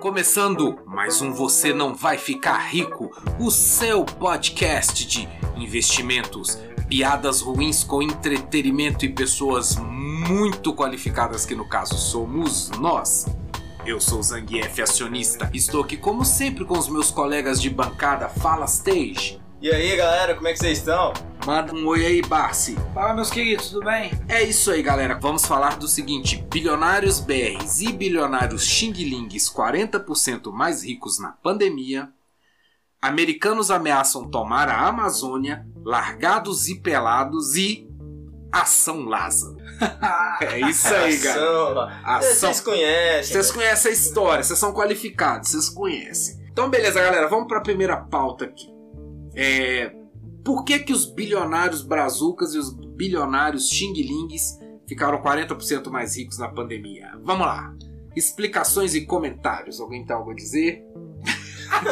Começando mais um Você Não Vai Ficar Rico, o seu podcast de investimentos, piadas ruins com entretenimento e pessoas muito qualificadas, que no caso somos nós. Eu sou Zangief, acionista. Estou aqui, como sempre, com os meus colegas de bancada Fala Stage. E aí galera, como é que vocês estão? Manda um oi aí, Barsi. Fala, meus queridos, tudo bem? É isso aí, galera. Vamos falar do seguinte: bilionários BRs e bilionários xinglings 40% mais ricos na pandemia. Americanos ameaçam tomar a Amazônia, largados e pelados e ação Lasa. É isso aí, galera. Ação. Ação. Vocês conhecem. Vocês conhecem a história, vocês são qualificados, vocês conhecem. Então, beleza, galera, vamos para a primeira pauta aqui. É, por que que os bilionários brazucas e os bilionários xinglings ficaram 40% mais ricos na pandemia? Vamos lá. Explicações e comentários. Alguém tem algo a dizer?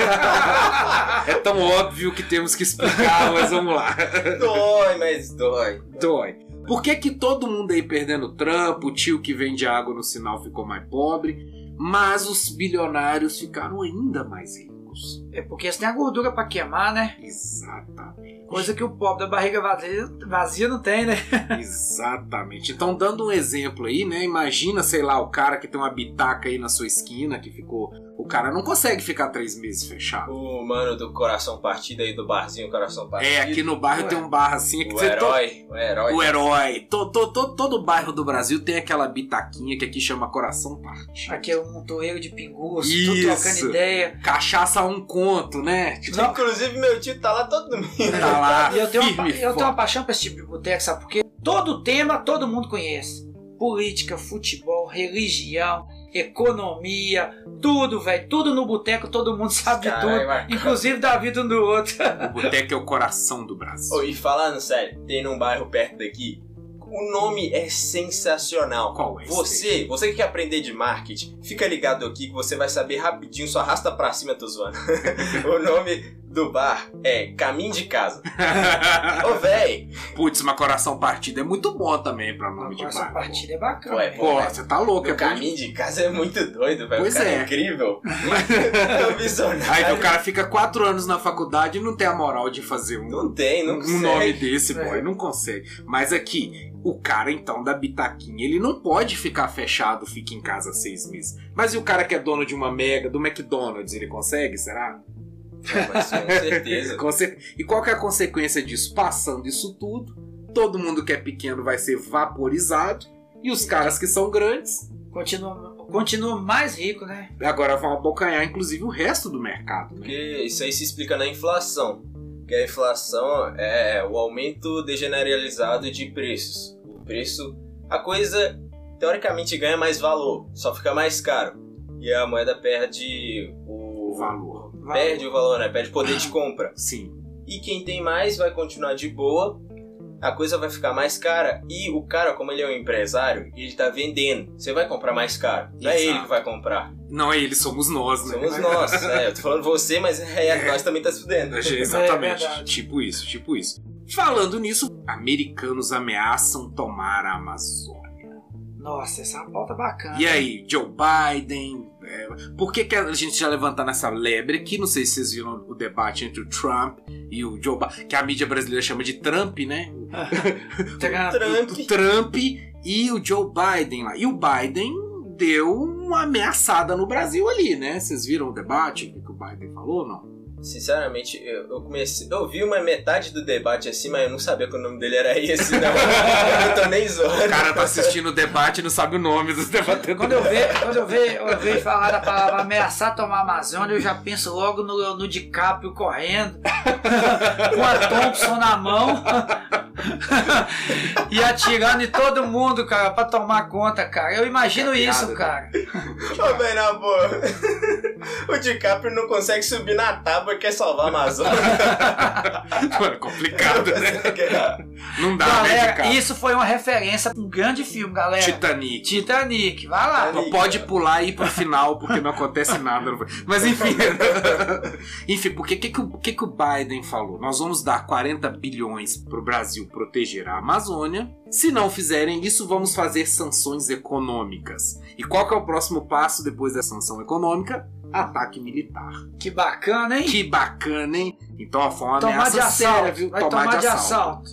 é tão óbvio que temos que explicar, mas vamos lá. Dói, mas dói. Dói. Por que, que todo mundo aí perdendo trampo, o tio que vende água no sinal ficou mais pobre, mas os bilionários ficaram ainda mais ricos? É porque você tem a gordura pra queimar, né? Exatamente. Coisa que o pobre da barriga vazia, vazia não tem, né? Exatamente. Então, dando um exemplo aí, né? Imagina, sei lá, o cara que tem uma bitaca aí na sua esquina que ficou. O cara não consegue ficar três meses fechado. O mano do coração partido aí, do barzinho Coração Partido. É, aqui no bairro Ué. tem um bar assim. que O você to- herói, o herói. O herói. To- to- to- todo bairro do Brasil tem aquela bitaquinha que aqui chama Coração Partido. Aqui é um torreiro de pinguço, tô Isso. trocando ideia. Cachaça a um conto, né? Tipo, Não. Inclusive, meu tio tá lá todo domingo. tá lá. E eu tenho, uma, firme, eu forte. tenho uma paixão pra esse tipo de boteco, sabe por quê? Todo tema todo mundo conhece. Política, futebol, religião, economia, tudo, velho. Tudo no boteco, todo mundo sabe de Caralho, tudo. vai. Inclusive da vida um do outro. O boteco é o coração do Brasil. Ô, e falando sério, tem num bairro perto daqui, o nome é sensacional. Qual é esse Você, você que quer aprender de marketing, fica ligado aqui que você vai saber rapidinho, só arrasta pra cima, tô zoando. o nome do bar é Caminho de Casa. Ô, véi, Putz, mas Coração Partido é muito bom também pra nome de Essa bar. partida é bacana. Ué, velho. Pô, você tá louco, é o bom de Caminho de Casa é muito doido, velho. Pois o cara é. incrível. é um visionário. Aí então, o cara fica quatro anos na faculdade e não tem a moral de fazer um, Não tem, não um nome consegue. desse, boy. É. Não consegue. Mas aqui, o cara então da bitaquinha, ele não pode ficar fechado, fica em casa seis meses. Mas e o cara que é dono de uma mega, do McDonald's, ele consegue, será? Mas, com certeza. Com cer- E qual que é a consequência disso? Passando isso tudo, todo mundo que é pequeno vai ser vaporizado. E os caras que são grandes Continua, continua mais rico, né? agora vão abocanhar, inclusive, o resto do mercado, né? Porque isso aí se explica na inflação. Que a inflação é o aumento degeneralizado de preços. O preço, a coisa teoricamente ganha mais valor, só fica mais caro. E a moeda perde o, O valor. Perde o valor, né? Perde poder de compra. Sim. E quem tem mais vai continuar de boa. A coisa vai ficar mais cara. E o cara, como ele é um empresário, ele tá vendendo. Você vai comprar mais caro. Não é Exato. ele que vai comprar. Não é eles, somos nós, né? Somos nós. É, eu tô falando você, mas é, nós também tá se fudendo. Exatamente. É verdade. tipo isso, tipo isso. Falando nisso, americanos ameaçam tomar a Amazônia. Nossa, essa é uma pauta bacana. E aí, Joe Biden? é, por que, que a gente já levantar nessa lebre aqui? Não sei se vocês viram o debate entre o Trump e o Joe Biden, que a mídia brasileira chama de Trump, né? é Tra- Trump. O Trump e o Joe Biden lá. E o Biden deu uma ameaçada no Brasil ali, né? Vocês viram o debate? O que que o Biden falou? Não. Sinceramente, eu, eu comecei. Eu vi uma metade do debate assim, mas eu não sabia que o nome dele era esse, não. eu não tô nem O zoando. cara tá assistindo o debate e não sabe o nome dos debatedores. Quando eu vejo, quando eu vejo, eu vejo falar da palavra ameaçar tomar a Amazônia, eu já penso logo no, no DiCaprio correndo, com a Thompson na mão e atirando em todo mundo, cara, pra tomar conta, cara. Eu imagino Que isso, piada, cara. Ô, velho, na boa. o DiCaprio não consegue subir na tábua e quer salvar a Amazônia. Mano, é complicado, né? é. Não dá, né, de Galera, cara? isso foi uma referência pra um grande filme, galera. Titanic. Titanic, vai lá. Titanic. Pode pular aí pro final, porque não acontece nada. não foi- Mas enfim. enfim, porque o que, que, o que que o Biden falou? Nós vamos dar 40 bilhões pro Brasil proteger a Amazônia. Se não fizerem isso, vamos fazer sanções econômicas. E qual que é o próximo passo depois da sanção econômica? Ataque militar. Que bacana, hein? Que bacana, hein? Então ó, foi uma Tomar ameaça de assalto, séria, viu? vai tomar de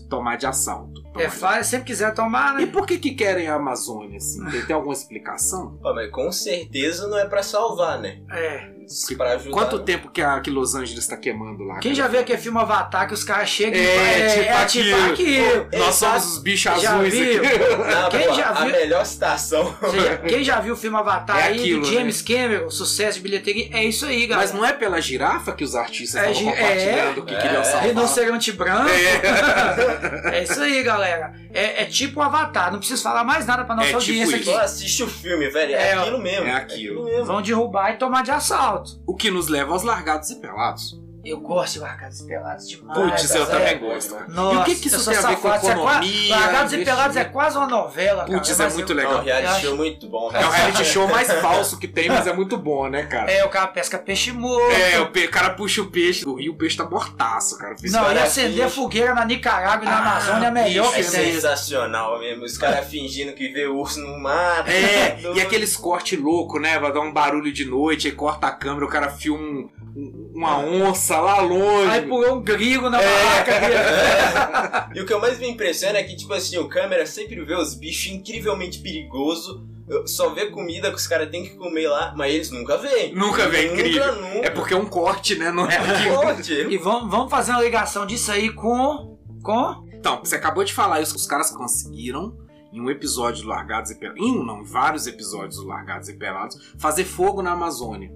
Tomar de assalto. Tomar É, de- faz, sempre quiser tomar, E né? por que que querem a Amazônia, assim? Tem, tem alguma explicação? Pô, mas com certeza não é pra salvar, né? É. Pra ajudar. Quanto né? tempo que, a, que Los Angeles tá queimando lá? Quem cara? já viu aquele filme Avatar que os caras chegam e falam, é, tipo tipo aquilo. aquilo. Nós Exato. somos os bichos Já azuis viu? aqui. Não, Quem pô, já A viu- melhor citação. Ou seja, Quem já viu o filme Avatar É aí aquilo, do James Cameron, sucesso de bilheteria, é isso aí, galera. Mas não é pela girafa que os artistas É, estavam gi- compartilhando o que é. queriam É. salvar. Rinoceronte branco. É. isso aí, galera. É, é tipo um avatar. Não preciso falar mais nada pra nossa É tipo audiência isso. Pô, aqui. assiste o filme, velho. É, É, ó. aquilo mesmo. É aquilo. mesmo. Vão derrubar e tomar de assalto. O que nos leva aos largados e pelados. Eu gosto de largados e pelados demais. Putz, eu velho. também gosto. cara. Nossa, e o que, que isso eu sou tem a ver com safado, isso é qua- economia? largados e pelados é investimento? quase uma novela, cara. Putz, é Mas muito eu- É um legal. reality Eu show muito bom. É o cara. reality show mais falso que tem, mas é muito bom, né, cara? É, o cara pesca peixe morto. É, o, pe- cara puxa o peixe do rio, o peixe tá mortaço, cara. Fiz- Não, e cara acender aqui. fogueira na Nicarágua e na Ah, Amazônia é melhor bicho, É que tem. sensacional mesmo. Os caras fingindo que vê urso no mar. É, Doido. e aqueles cortes loucos, né? Vai dar um barulho de noite, aí corta a câmera, o cara filma um- um- uma onça lá longe. Aí pulou um grilo É. na barraca dele. E o que eu mais me impressiona é que, tipo assim, o câmera sempre vê os bichos incrivelmente perigoso. Só vê comida que os caras têm que comer lá, mas eles nunca veem. Nunca vê, Nunca, incrível. nunca. É porque é um corte, né? Não é porque- Pode. E vamos, vamos fazer uma ligação disso aí com. Com. Então, você acabou de falar isso que os caras conseguiram em um episódio do Largados e Pelados. Em um, não, em vários episódios do Largados e Pelados, fazer fogo na Amazônia.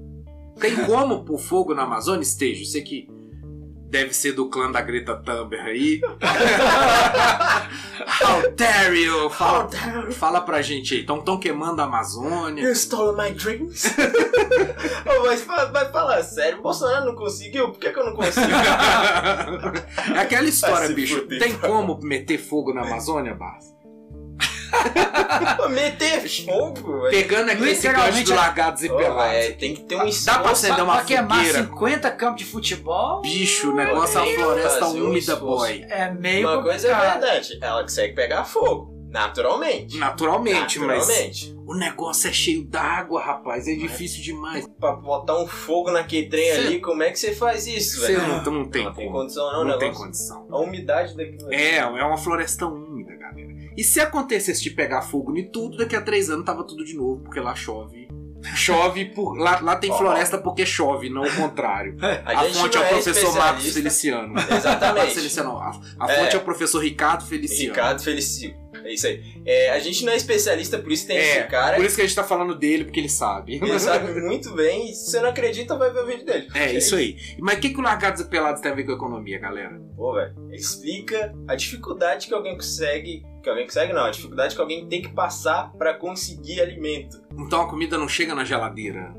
Tem como pôr fogo na Amazônia, Estejo? Você que deve ser do clã da Greta Thunberg aí. How dare you! Fala, fala pra gente aí. Então, estão queimando a Amazônia. You stole my dreams. Ô, mas fa- vai falar sério, o Bolsonaro não conseguiu? Por que, que eu não consigo? É aquela Vai história, se bicho. fuder. Tem como meter fogo na Amazônia, Barça? Pô, Meter fogo, velho. Pegando aqui esse Literalmente, gancho do Largados e Ô, Pelados. é, tem que ter um Dá pra esforço. acender uma pra queimar fogueira. 50 campos de futebol Bicho, o negócio é Meu a floresta Deus, úmida, isso. boy. é meio Uma coisa é complicado. verdade, ela consegue pegar fogo, naturalmente. Naturalmente, mas Naturalmente. o negócio é cheio d'água, rapaz. É difícil demais. Pra botar um fogo naquele trem Cê- ali, como é que você faz isso, Você velho? não, então não tem Não tem como. condição não, o Não tem negócio. condição. A umidade daquilo ali. É, é uma floresta úmida, galera. E se acontecesse de pegar fogo em tudo, daqui a três anos tava tudo de novo, porque lá chove. Chove por. Lá, lá tem Ó. floresta porque chove, não o contrário. A, A, gente fonte é não o professor Marcos especialista. Feliciano. Marcos é assim, Exatamente. Feliciano. A, a fonte é. É. o professor Ricardo Feliciano. Ricardo Felicio. É isso aí. É, a gente não é especialista, por isso tem É, esse cara. Por isso que a gente tá falando dele, porque ele sabe. Ele sabe muito bem. E se você não acredita, vai ver o vídeo dele. É, isso aí. Mas o que, que o Largados e Pelados tem a ver com a economia, galera? Pô, velho, explica a dificuldade que alguém consegue. Que alguém consegue, não. A dificuldade que alguém tem que passar pra conseguir alimento. Então a comida não chega na geladeira.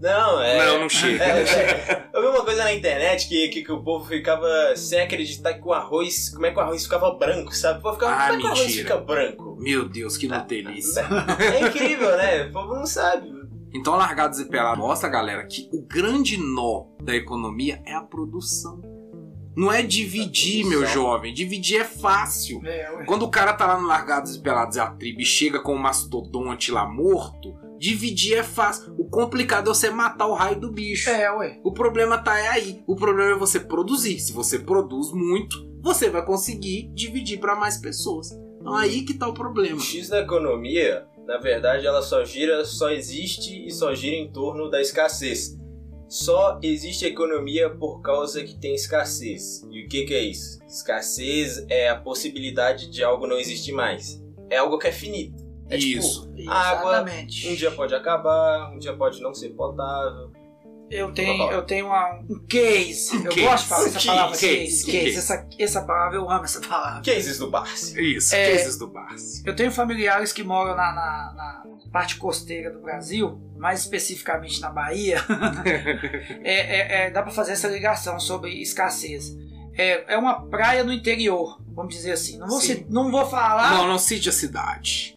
Não, é. Não, não chega. É, é. eu vi uma coisa na internet que, que, que o povo ficava sem acreditar que o arroz. Como é que o arroz ficava branco, sabe? O povo ficava. Ah, como é que o arroz mentira. fica branco? Meu Deus, que delícia. É incrível, né? O povo não sabe. Então Largados e Pelados mostra, galera, que o grande nó da economia é a produção. Não é dividir, A meu produção. jovem. Dividir é fácil. É, ué. Quando o cara tá lá no Largados e Pelados e a tribo e chega com o mastodonte lá morto, dividir é fácil. O complicado é você matar o raio do bicho. É, ué. O problema tá é aí. O problema é você produzir. Se você produz muito, você vai conseguir dividir para mais pessoas. Então aí que tá o O problema. X da economia, na verdade, ela só gira, só existe e só gira em torno da escassez. Só existe economia por causa que tem escassez. E o que, que é isso? Escassez é a possibilidade de algo não existir mais. É algo que é finito. É tipo, Isso. Água, Exatamente. um dia pode acabar, um dia pode não ser potável. Eu tenho, Fala. eu tenho uma- um case. Um eu case. gosto de falar Um essa palavra case, case. um case. case. Essa, essa palavra, eu amo essa palavra. Cases do Barsi. Isso. É. Cases do Barsi. Eu tenho familiares que moram na, na- na parte costeira do Brasil, mais especificamente na Bahia. É, é, é, dá para fazer essa ligação sobre escassez. É, é uma praia no interior, vamos dizer assim. Não vou, Sim. ci- não vou falar Não, não cite a cidade.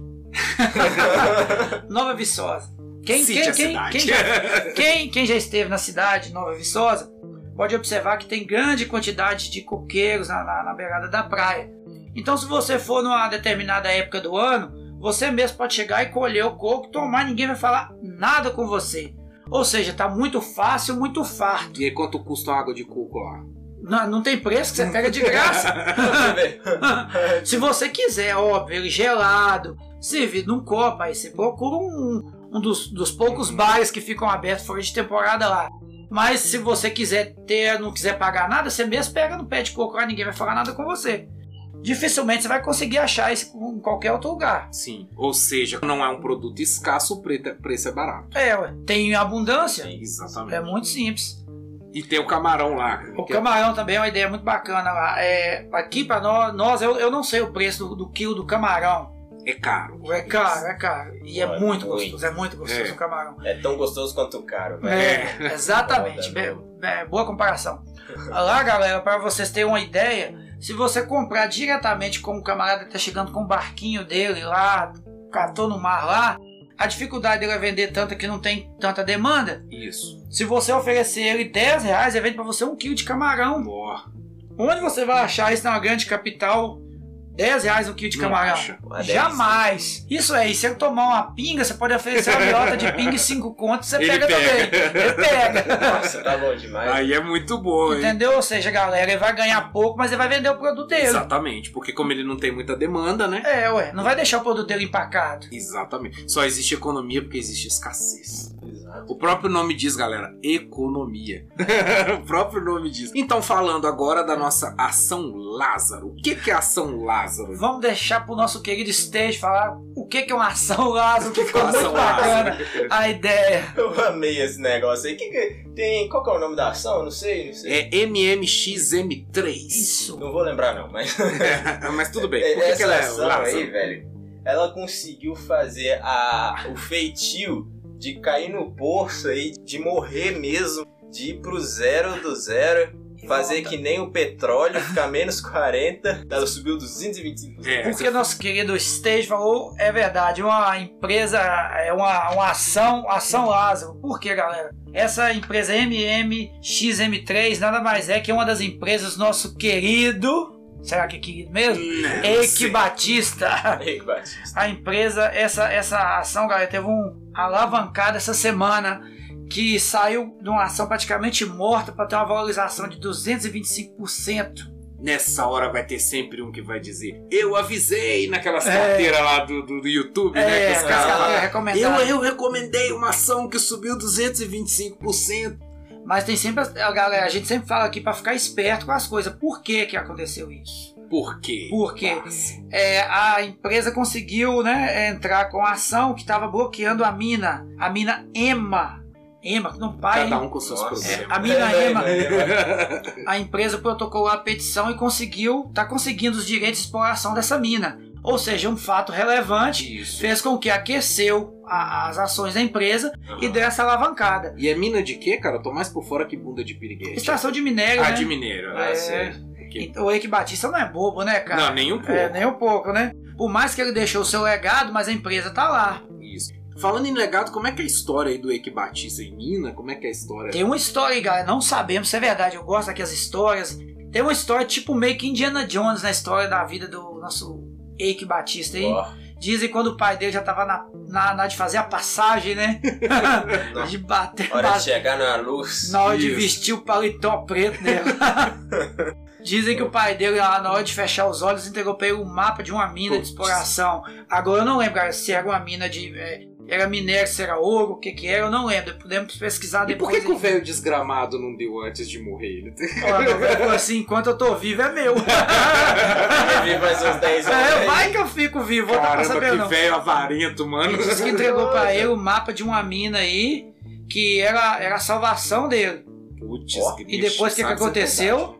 Nova Viçosa. Quem, cite quem, a cidade. quem, quem já Quem, quem já esteve na cidade de Nova Viçosa pode observar que tem grande quantidade de coqueiros na, na- na beirada da praia. Então, se você for numa determinada época do ano, você mesmo pode chegar e colher o coco, tomar, ninguém vai falar nada com você. Ou seja, tá muito fácil, muito farto. E aí, quanto custa a água de coco lá? Não, não tem preço que você pega de graça. Você vê. Se você quiser, óbvio, ele gelado, servido num copo, aí você procura um, um dos, dos poucos bares que ficam abertos fora de temporada lá. Mas se você quiser ter, não quiser pagar nada, você mesmo pega no pé de coco lá, ninguém vai falar nada com você. Dificilmente você vai conseguir achar isso em qualquer outro lugar. Sim. Ou seja, não é um produto escasso, o preta- preço é barato. É, ué, tem abundância. Exatamente. É muito simples. E tem o camarão lá. O que camarão também é uma ideia muito bacana lá. É, aqui para nós, nós eu, eu não sei o preço do- do quilo do camarão. É caro. É caro, é caro. E é Olha, muito muito. gostoso, é muito gostoso É. o camarão. É tão gostoso quanto caro, velho. É, exatamente. Foda, Be- é, boa comparação. Lá, galera, para vocês terem uma ideia, se você comprar diretamente com o camarada que tá chegando com o barquinho dele lá, catou no mar lá, a dificuldade dele é vender tanto que não tem tanta demanda. Isso. Se você oferecer ele 10 reais, ele vende para você um quilo de camarão. Ó, Onde você vai achar isso na grande capital? 10 reais o quilo de não camarão. acha. Uma delícia. Jamais. Isso aí, se eu tomar uma pinga, você pode oferecer uma biota de pinga e cinco contos, você Ele pega, pega. também. Ele pega. Nossa, tá bom demais. Aí é muito bom, hein? Entendeu? Ou seja, galera, ele vai ganhar pouco, mas ele vai vender o produto dele. Exatamente. Porque como ele não tem muita demanda, né? É, ué. Não vai deixar o produto dele empacado. Exatamente. Só existe economia porque existe escassez. Exato. O próprio nome diz, galera, economia. o próprio nome diz. Então, falando agora da nossa ação Lázaro. O que, que é a ação Lázaro? Vamos deixar pro nosso querido Stage falar o que, que é uma ação Lázaro, que ficou é uma muito ação Lázaro? bacana a ideia. é Eu amei esse negócio aí. Que que- tem, qual que é o nome da ação? Não sei, não sei. É MMXM3. Isso. Não vou lembrar, não, mas. Mas tudo bem. É, Por que, essa que ela é ação Lázaro? aí, velho, ela conseguiu fazer a, o feitio de cair no poço aí, de morrer mesmo, de ir pro zero do zero, fazer que nem o petróleo, ficar menos 40, ela subiu 225%. É. Porque nosso querido Stage falou, é verdade, uma empresa, é uma, uma ação, ação Lázaro. Por quê, galera? Essa empresa MMXM3 nada mais é que uma das empresas nosso querido, será que é querido mesmo? Não Eike sei. Batista. Aí, Batista. A empresa, essa, essa ação, galera, teve um alavancada essa semana que saiu de uma ação praticamente morta para ter uma valorização de 225%. Nessa hora vai ter sempre um que vai dizer: Eu avisei naquelas É. carteiras lá do, do, do YouTube, né? É, Que os caras cascavel falam, recomendada. eu, eu recomendei uma ação que subiu 225%. Mas tem sempre, a a galera, a gente sempre fala aqui pra ficar esperto com as coisas. Por que que aconteceu isso? Por quê? Por quê? Fácil. É, a empresa conseguiu, né, entrar com a ação que estava bloqueando a mina, a mina Ema. Ema, que não pai. Cada hein? um com seus Nossa. problemas. A mina É, Ema, velho, né? a empresa protocolou a petição e conseguiu, tá conseguindo os direitos de exploração dessa mina. Ou seja, um fato relevante Isso. fez com que aqueceu a- as ações da empresa e deu essa alavancada. E é mina de quê, cara? Eu tô mais por fora que bunda de piriguete. Estação de minério, Ah, né? de mineiro. É. Ah, sei. E O Eike Batista não é bobo, né, cara? Não, nem um pouco. É, nem um pouco, né? Por mais que ele deixou o seu legado, mas a empresa tá lá. Isso. Falando em legado, como é que é a história aí do Eike Batista em Minas? Como é que é a história? Tem uma história aí, galera, não sabemos se é verdade, eu gosto daquelas histórias. Tem uma história tipo meio que Indiana Jones na história da vida do nosso Eike Batista aí. Ó, Dizem quando o pai dele já tava na, na, na de fazer a passagem, né? de bater, hora de bater chegar na luz. na hora de Isso. vestir o paletó preto dele. Dizem que o pai dele, lá na hora de fechar os olhos, entregou pra ele um mapa de uma mina de Putz. exploração. Agora eu não lembro cara, se era uma mina de. eh, Era minério, se era ouro, o que que era, eu não lembro. Podemos pesquisar E por depois. que, que o velho desgramado não deu antes de morrer? Ele tem- Ó, meu velho falou assim, enquanto eu tô vivo é meu. Vivi mais uns 10 anos. é, aí. vai que eu fico vivo, vou dar pra Caramba, saber que não. velho avarento, mano. Ele disse que entregou pra ele o mapa de uma mina aí, que era, era a salvação dele. Putz, Ó, grilo, e depois o que que sabe tá essa aconteceu? verdade, né?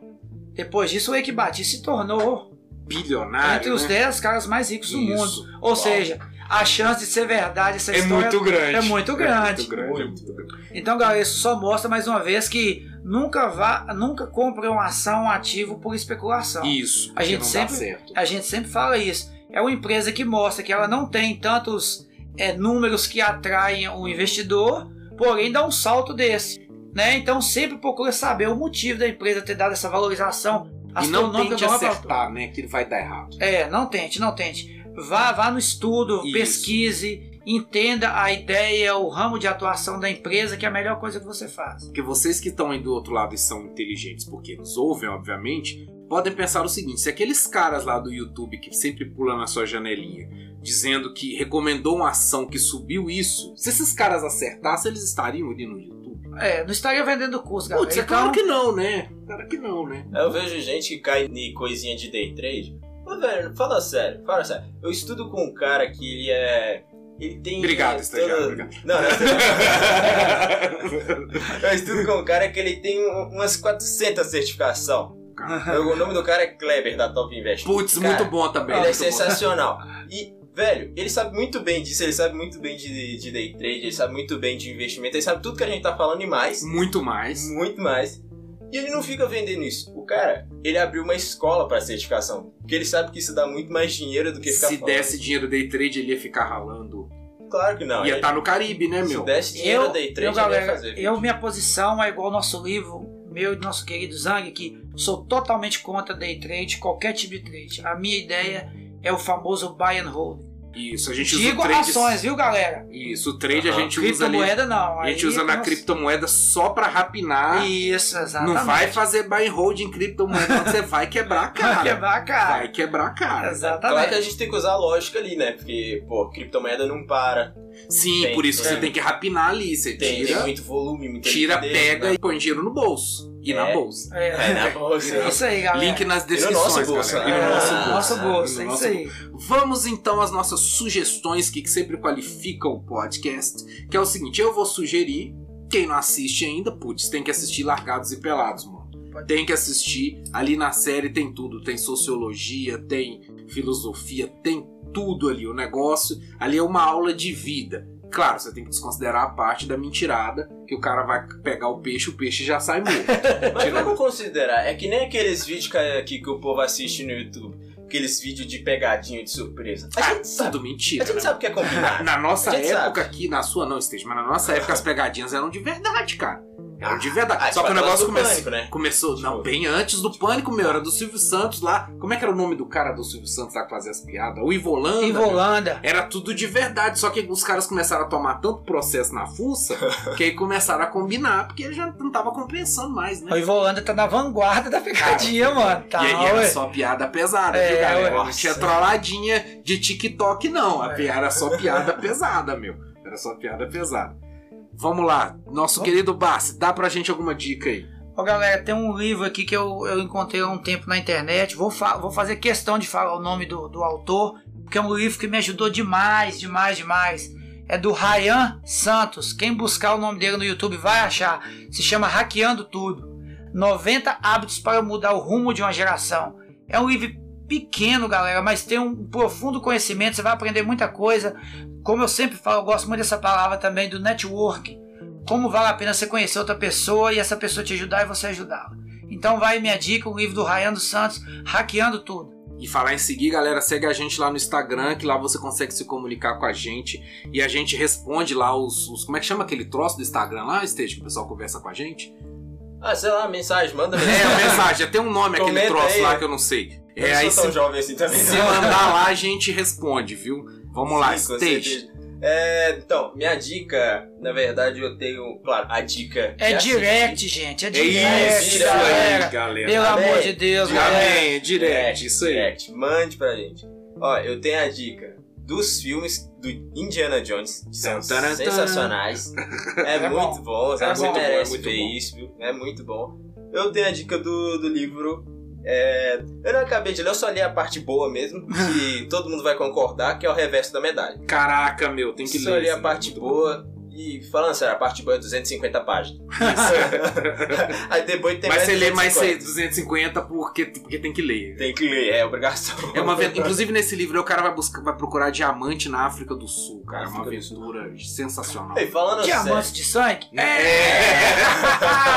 Depois disso, o Eike Batista se tornou Bilionário. entre os né? 10 caras mais ricos do mundo. Isso. Ou seja, a chance de ser verdade essa É história. muito grande. é muito grande. É muito grande. é Muito. muito grande. Então, galera, isso só mostra mais uma vez que nunca vá, nunca compre uma ação, um ativo por especulação. Isso. Tá. A gente porque não sempre- Dá certo. A gente sempre fala isso. É uma empresa que mostra que ela não tem tantos é, números que atraem o investidor, porém dá um salto desse. Né? Então sempre procura saber o motivo da empresa ter dado essa valorização. E não Astronômica tente não é pra- acertar, né? Que vai dar errado. É, não tente, não tente. Vá, vá no estudo, Isso. pesquise, entenda a ideia, o ramo de atuação da empresa, que é a melhor coisa que você faz. Porque vocês que estão aí do outro lado e são inteligentes porque nos ouvem, obviamente, podem pensar o seguinte: se aqueles caras lá do YouTube que sempre pula na sua janelinha dizendo que recomendou uma ação que subiu isso, se esses caras acertassem, eles estariam ali no YouTube. É, não estaria vendendo curso, galera. Putz, é então, claro que não, né? Claro que não, né? Aí Eu vejo gente que cai em coisinha de day trade. Ô, velho, fala sério, fala sério. Eu estudo com um cara que ele é. Ele tem. Obrigado, é, estagiário. todo- Obrigado. Não, não, é- Eu estudo com um cara que ele tem um- umas 400 certificação. Ah. O nome do cara é Kleber, da Top Invest. Putz, Cara, muito bom também. Ele é muito bom. sensacional. E, velho, ele sabe muito bem disso, ele sabe muito bem de, de day trade, ele sabe muito bem de investimento, ele sabe tudo que a gente tá falando e mais. Muito mais. Muito mais. E ele não fica vendendo isso. O cara, ele abriu uma escola pra certificação. Porque ele sabe que isso dá muito mais dinheiro do que ficar Se falando. desse dinheiro day trade, ele ia ficar ralando. Claro que não. ia ele- estar no Caribe, né, Se meu? desse dinheiro Eu, day trade, eu, ele galera, ia fazer. eu, minha posição é igual ao nosso livro, meu e do nosso querido Zang, que sou totalmente contra day trade, qualquer tipo de trade. A minha ideia é o famoso buy and hold. Isso, a gente usa Digo o trade. ações, viu, galera? Isso, o trade a Aham. gente usa ali. Criptomoeda não. A gente aí usa na nós- criptomoeda só pra rapinar. Isso, exatamente. não vai fazer buy and hold em criptomoeda, não, você vai quebrar a cara. Vai quebrar a cara. Vai quebrar a cara. Exatamente. Claro que a gente tem que usar a lógica ali, né? Porque, pô, criptomoeda não para. Sim, Tem, por isso tem. você tem que rapinar ali. Você Tem, tem tira, muito volume, muita tira, liquidez, pega né? e põe dinheiro no bolso. E na É. bolsa. É, É, na bolsa. é isso aí, galera. É, Link nas no descrições, nosso bolso, galera. E né? no nosso Ah, bolso. nosso bolso, E é no isso nosso aí. Vamos então às nossas sugestões que sempre qualificam o podcast, que é o seguinte, eu vou sugerir, quem não assiste ainda, putz, tem que assistir Largados e Pelados, mano. Tem que assistir, ali na série tem tudo, tem sociologia, tem filosofia, tem tudo ali, o negócio, ali é uma aula de vida. Claro, você tem que desconsiderar a parte da mentirada, que o cara vai pegar o peixe, o peixe já sai morto. Mas vamos considerar, é que nem aqueles vídeos que, que, que o povo assiste no YouTube. Aqueles vídeos de pegadinha, de surpresa. A gente sabe, tudo mentira. a gente né? sabe o que é combinado. Na nossa A gente época aqui, na sua não, Esteja, mas na nossa época as pegadinhas eram de verdade, cara. Eram de verdade. Ah, Só que o tipo, negócio do começou. Pânico, né? Começou, Tipo- não, bem antes do pânico, meu, era do Silvio Santos lá. Como é que era o nome do cara do Silvio Santos lá que fazia as piadas? O Ivolanda. Em Volanda. Era tudo de verdade, só que os caras começaram a tomar tanto processo na fuça que aí começaram a combinar, porque ele já não tava compensando mais, O né? Ivolanda tá na vanguarda da pegadinha, mano. Tá, e aí era ué. só piada pesada, É, viu, galera? ué. É. Não tinha trolladinha de TikTok, não. A piada era só piada pesada, meu. Era só piada pesada. Vamos lá, nosso Bom. querido Bassi, dá pra gente alguma dica aí. Ó, galera, tem um livro aqui que eu, eu encontrei há um tempo na internet. Vou, fa- vou fazer questão de falar o nome do, do autor, porque é um livro que me ajudou demais, demais, demais. É do Ryan Santos. Quem buscar o nome dele no YouTube vai achar. Se chama Hackeando Tudo. 90 hábitos para mudar o rumo de uma geração. É um livro pequeno, galera, mas tem um profundo conhecimento. Você vai aprender muita coisa. Como eu sempre falo, eu gosto muito dessa palavra também do network como vale a pena você conhecer outra pessoa e essa pessoa te ajudar e você ajudá-la. Então vai minha dica, o livro do Ryan dos Santos, Hackeando Tudo. E falar em seguir, galera, segue a gente lá no Instagram, que lá você consegue se comunicar com a gente e a gente responde lá os. os- como é que chama aquele troço do Instagram lá, Esteja, que o pessoal conversa com a gente? Ah, sei lá, mensagem, manda É, a mensagem. mensagem, tem um nome aquele Comenta troço aí. lá que eu não sei. Eu É, não aí sou tão se, jovem assim também. se não. mandar lá, a gente responde, viu? Vamos lá, Sim, com Esteja. certeza. É, então, minha dica, na verdade, eu tenho, claro, a dica. É de assistir. direct, gente, é É direct, isso Direct, galera. aí, galera. Pelo Amém. amor de Deus, galera. Amém, direct, isso aí. Direct, mande pra gente. Ó, eu tenho a dica dos filmes do Indiana Jones, que são Tantarantã. sensacionais. É, É muito bom, É você bom, é merece muito ver bom. isso, viu? É muito bom. Eu tenho a dica do, do livro. é, eu não acabei de ler, eu só li a parte boa mesmo, que todo mundo vai concordar, que é o reverso da medalha. Caraca, meu, tem que só ler. li a isso, né? parte muito bom. boa e, falando sério, a parte boa é 250 páginas. Aí depois tem Mas mais você lê mais 250. 250 porque, porque tem que ler. Tem que ler, é obrigação. É uma aventura. Inclusive nesse livro né, o cara vai buscar, vai procurar diamante na África do Sul, cara. É uma África do Sul. aventura sensacional. E falando assim, né? sério, Diamantes de sangue? É.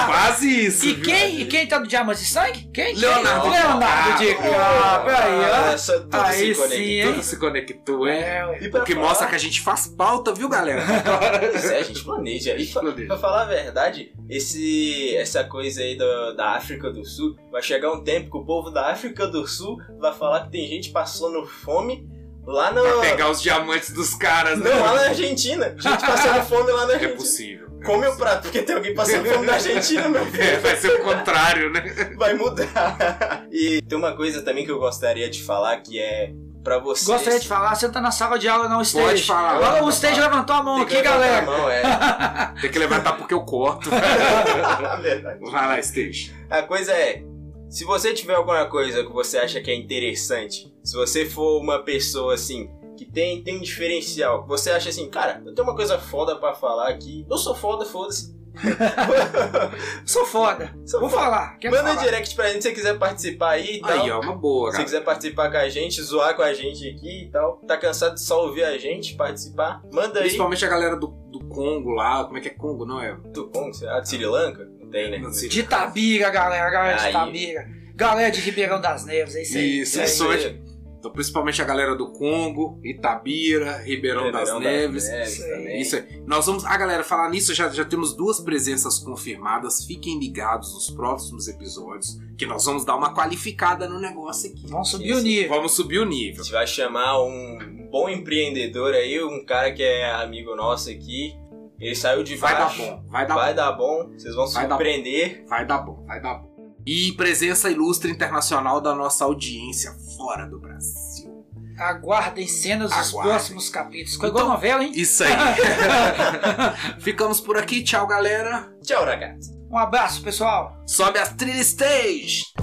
Quase É. isso. E viu? quem, e quem tá do Diamantes de sangue? Quem? Leonardo. Quem? Leonardo Ah, DiCaprio. Ah, Ah, peraí, ó. só tudo Aí se conecta. sim, hein? Tudo se conectou, é. É, ué. E pra O que falar- mostra que a gente faz pauta, viu, galera? é, a gente planeja. E fa- Planeja. pra falar a verdade, esse, essa coisa aí do- da África do Sul, vai chegar um tempo que o povo da África do Sul vai falar que tem gente passando fome lá na. Tá Pra pegar os diamantes dos caras, né? Não, lá na Argentina. Gente passando fome lá na É Argentina. possível. Come o prato, porque tem alguém passando fome na Argentina, meu filho. É, vai ser o contrário, né? Vai mudar. E tem uma coisa também que eu gostaria de falar que é pra vocês. Gostaria de falar, você não tá na sala de aula, não, o Stage. Pode falar. Agora o Stage levantou a mão Tem aqui, levantar galera. a mão, é. Tem que levantar porque eu corto. Na verdade. Vai lá, Stage. A coisa é, se você tiver alguma coisa que você acha que é interessante, se você for uma pessoa assim que tem, tem um diferencial, que você acha assim, cara, eu tenho uma coisa foda pra falar aqui, eu sou foda, foda-se. Sou foda. Sou Vou foda. falar. Quero Manda um falar. direct pra gente se você quiser participar aí e tal. Aí, ó, uma boa, se você cara. quiser participar com a gente, zoar com a gente aqui e tal, tá cansado de só ouvir a gente participar, manda aí. Principalmente a galera do, do Congo lá. Como é que é Congo, não é? Do Congo, será? De Sri Lanka? Não tem, né? Não sei. De Itabira, galera. Galera de Aí. Itabira. Galera de Ribeirão das Neves, é isso aí. Isso, É isso. aí. Então, principalmente a galera do Congo, Itabira, Ribeirão, das, Ribeirão Neves. Isso aí. também. Isso aí. Nós vamos. Ah, galera, falar nisso, já, já temos duas presenças confirmadas. Fiquem ligados nos próximos episódios, que nós vamos dar uma qualificada no negócio aqui. Vamos subir Isso. o nível. Vamos subir o A nível. gente vai chamar um bom empreendedor aí, um cara que é amigo nosso aqui. Ele saiu de Vai dar baixo. bom, vai dar Vai dar bom. Vocês vão se Vai dar bom. surpreender. bom, vai dar bom, vai dar bom. E presença ilustre internacional da nossa audiência fora do Brasil. Aguardem cenas dos Aguardem. próximos capítulos. Ficou Então- igual novela, hein? Isso aí. Ficamos por aqui. Tchau, galera. Tchau, ragazzi. Um abraço, pessoal. Sobe as trilhas stage.